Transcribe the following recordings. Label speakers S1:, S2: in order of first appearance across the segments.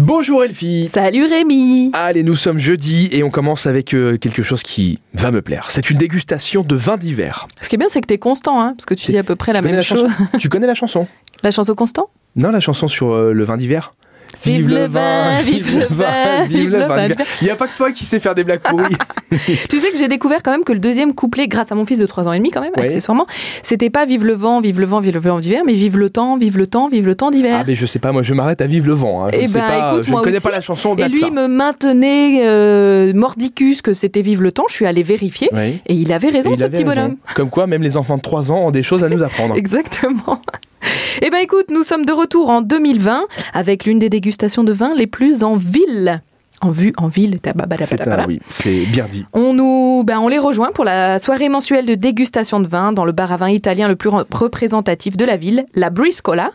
S1: Bonjour Elfie
S2: Salut Rémi
S1: Allez, nous sommes jeudi et on commence avec euh, quelque chose qui va me plaire. C'est une dégustation de vins d'hiver.
S2: Ce qui est bien, c'est que t'es constant, hein, parce que tu dis à peu près la
S1: connais
S2: même
S1: la
S2: chose.
S1: chanson tu connais la chanson
S2: La chanson constant
S1: Non, la chanson sur euh, le vin d'hiver
S2: Vive le vin, vive le vin,
S1: vive le vin d'hiver.
S2: d'hiver.
S1: Il n'y a pas que toi qui sais faire des blagues pourries.
S2: Tu sais que j'ai découvert quand même que le deuxième couplet, grâce à mon fils de 3 ans et demi quand même,
S1: Ouais.
S2: accessoirement, c'était pas vive le vent, vive le vent, vive le vent d'hiver, mais vive le temps, vive le temps, vive le temps
S1: ah,
S2: d'hiver.
S1: mais je sais pas, moi je m'arrête à Vive le vent. hein. Je
S2: Eh
S1: ne sais
S2: ben,
S1: pas,
S2: écoute,
S1: je ne
S2: moi
S1: connais
S2: aussi.
S1: pas la chanson
S2: et
S1: au-delà de
S2: lui
S1: ça.
S2: me maintenait euh, mordicus que c'était vive le temps, je suis allée vérifier,
S1: Oui.
S2: et il avait raison
S1: Et il
S2: ce
S1: avait
S2: petit
S1: raison.
S2: bonhomme.
S1: Comme quoi, même les enfants de 3 ans ont des choses à nous apprendre.
S2: Exactement. Eh ben écoute, nous sommes de retour en 2020 avec l'une des dégustations de vin les plus en ville. En vue, en ville, tababadabadabada.
S1: C'est un- oui, c'est bien dit.
S2: On nous, ben on les rejoint pour la soirée mensuelle de dégustation de vin dans le bar à vin italien le plus re- représentatif de la ville, la Briscola.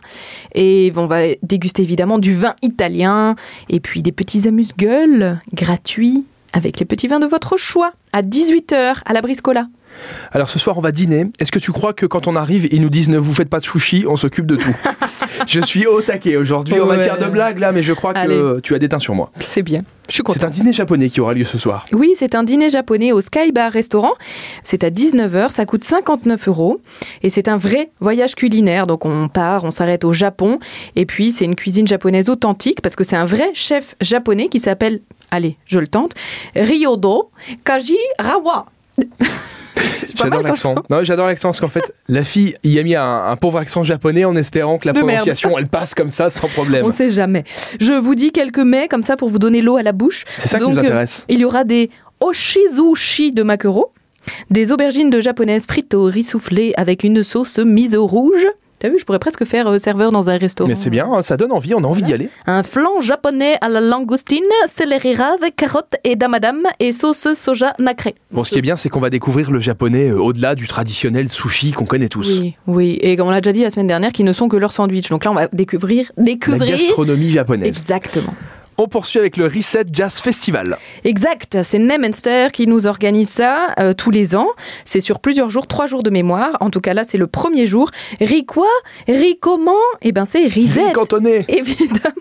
S2: Et on va déguster évidemment du vin italien et puis des petits amuse-gueules gratuits avec les petits vins de votre choix à 18h à la Briscola.
S1: Alors ce soir, on va dîner. Est-ce que tu crois que quand on arrive, ils nous disent ne vous faites pas de sushi, on s'occupe de tout Je suis au taquet aujourd'hui en
S2: Ouais.
S1: matière de blagues là, mais je crois que
S2: Allez.
S1: tu as déteint sur moi.
S2: C'est bien. Je suis contente.
S1: C'est un dîner japonais qui aura lieu ce soir.
S2: Oui, c'est un dîner japonais au Sky Bar Restaurant. C'est à 19h, ça coûte 59 euros. Et c'est un vrai voyage culinaire. Donc on part, on s'arrête au Japon. Et puis c'est une cuisine japonaise authentique parce que c'est un vrai chef japonais qui s'appelle, allez, je le tente, Ryodo Kajirawa. C'est pas
S1: J'adore
S2: mal quand
S1: l'accent. Non, j'adore l'accent parce qu'en fait, la fille y a mis un, un pauvre accent japonais en espérant que la
S2: De merde.
S1: prononciation elle passe comme ça sans problème.
S2: On sait jamais. Je vous dis quelques mets comme ça pour vous donner l'eau à la bouche.
S1: C'est ça qui
S2: Donc,
S1: nous
S2: euh,
S1: intéresse.
S2: Il y aura des oshizushi de maquereau, des aubergines de japonaises frites au riz soufflé avec une sauce mise au rouge. T'as vu, je pourrais presque faire euh, serveur dans un restaurant.
S1: Mais c'est bien, hein, ça donne envie, on a envie d'y aller.
S2: Un flan japonais à la langoustine, céleri rave, carottes et damadam et sauce soja nacrée.
S1: Bon, ce qui est bien, c'est qu'on va découvrir le japonais euh, au-delà du traditionnel sushi qu'on connaît tous.
S2: Oui, oui. Et on l'a déjà dit la semaine dernière, qu'ils ne sont que leurs sandwichs. Donc là, on va découvrir,
S1: La
S2: découvrir.
S1: gastronomie japonaise.
S2: Exactement.
S1: On poursuit avec le Reset Jazz Festival.
S2: Exact, c'est Nemenster qui nous organise ça euh, tous les ans. C'est sur plusieurs jours, trois jours de mémoire. En tout cas, là, c'est le premier jour. Ri quoi Ri comment Eh ben, c'est Reset,
S1: Cantonais.
S2: évidemment.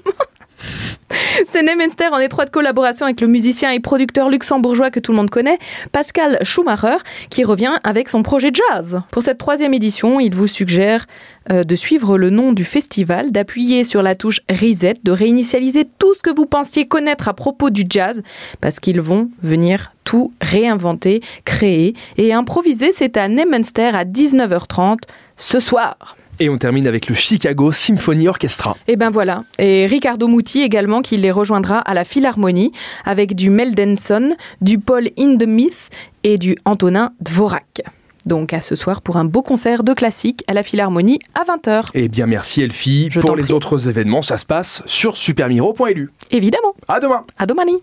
S2: C'est Nemenster en étroite collaboration avec le musicien et producteur luxembourgeois que tout le monde connaît, Pascal Schumacher, qui revient avec son projet jazz. Pour cette troisième édition, il vous suggère euh, de suivre le nom du festival, d'appuyer sur la touche Reset, de réinitialiser tout ce que vous pensiez connaître à propos du jazz, parce qu'ils vont venir tout réinventer, créer et improviser. C'est à Nemenster à 19h30 ce soir.
S1: Et on termine avec le Chicago Symphony Orchestra.
S2: Et ben voilà. Et Ricardo Muti également qui les rejoindra à la Philharmonie avec du Meldenson, du Paul In the Myth et du Antonin Dvorak. Donc à ce soir pour un beau concert de classique à la Philharmonie à 20h,
S1: Eh bien, merci Elfie.
S2: Je
S1: Pour
S2: t'en
S1: les
S2: prie.
S1: autres événements, ça se passe sur supermiro.lu.
S2: évidemment.
S1: À demain
S2: À domani.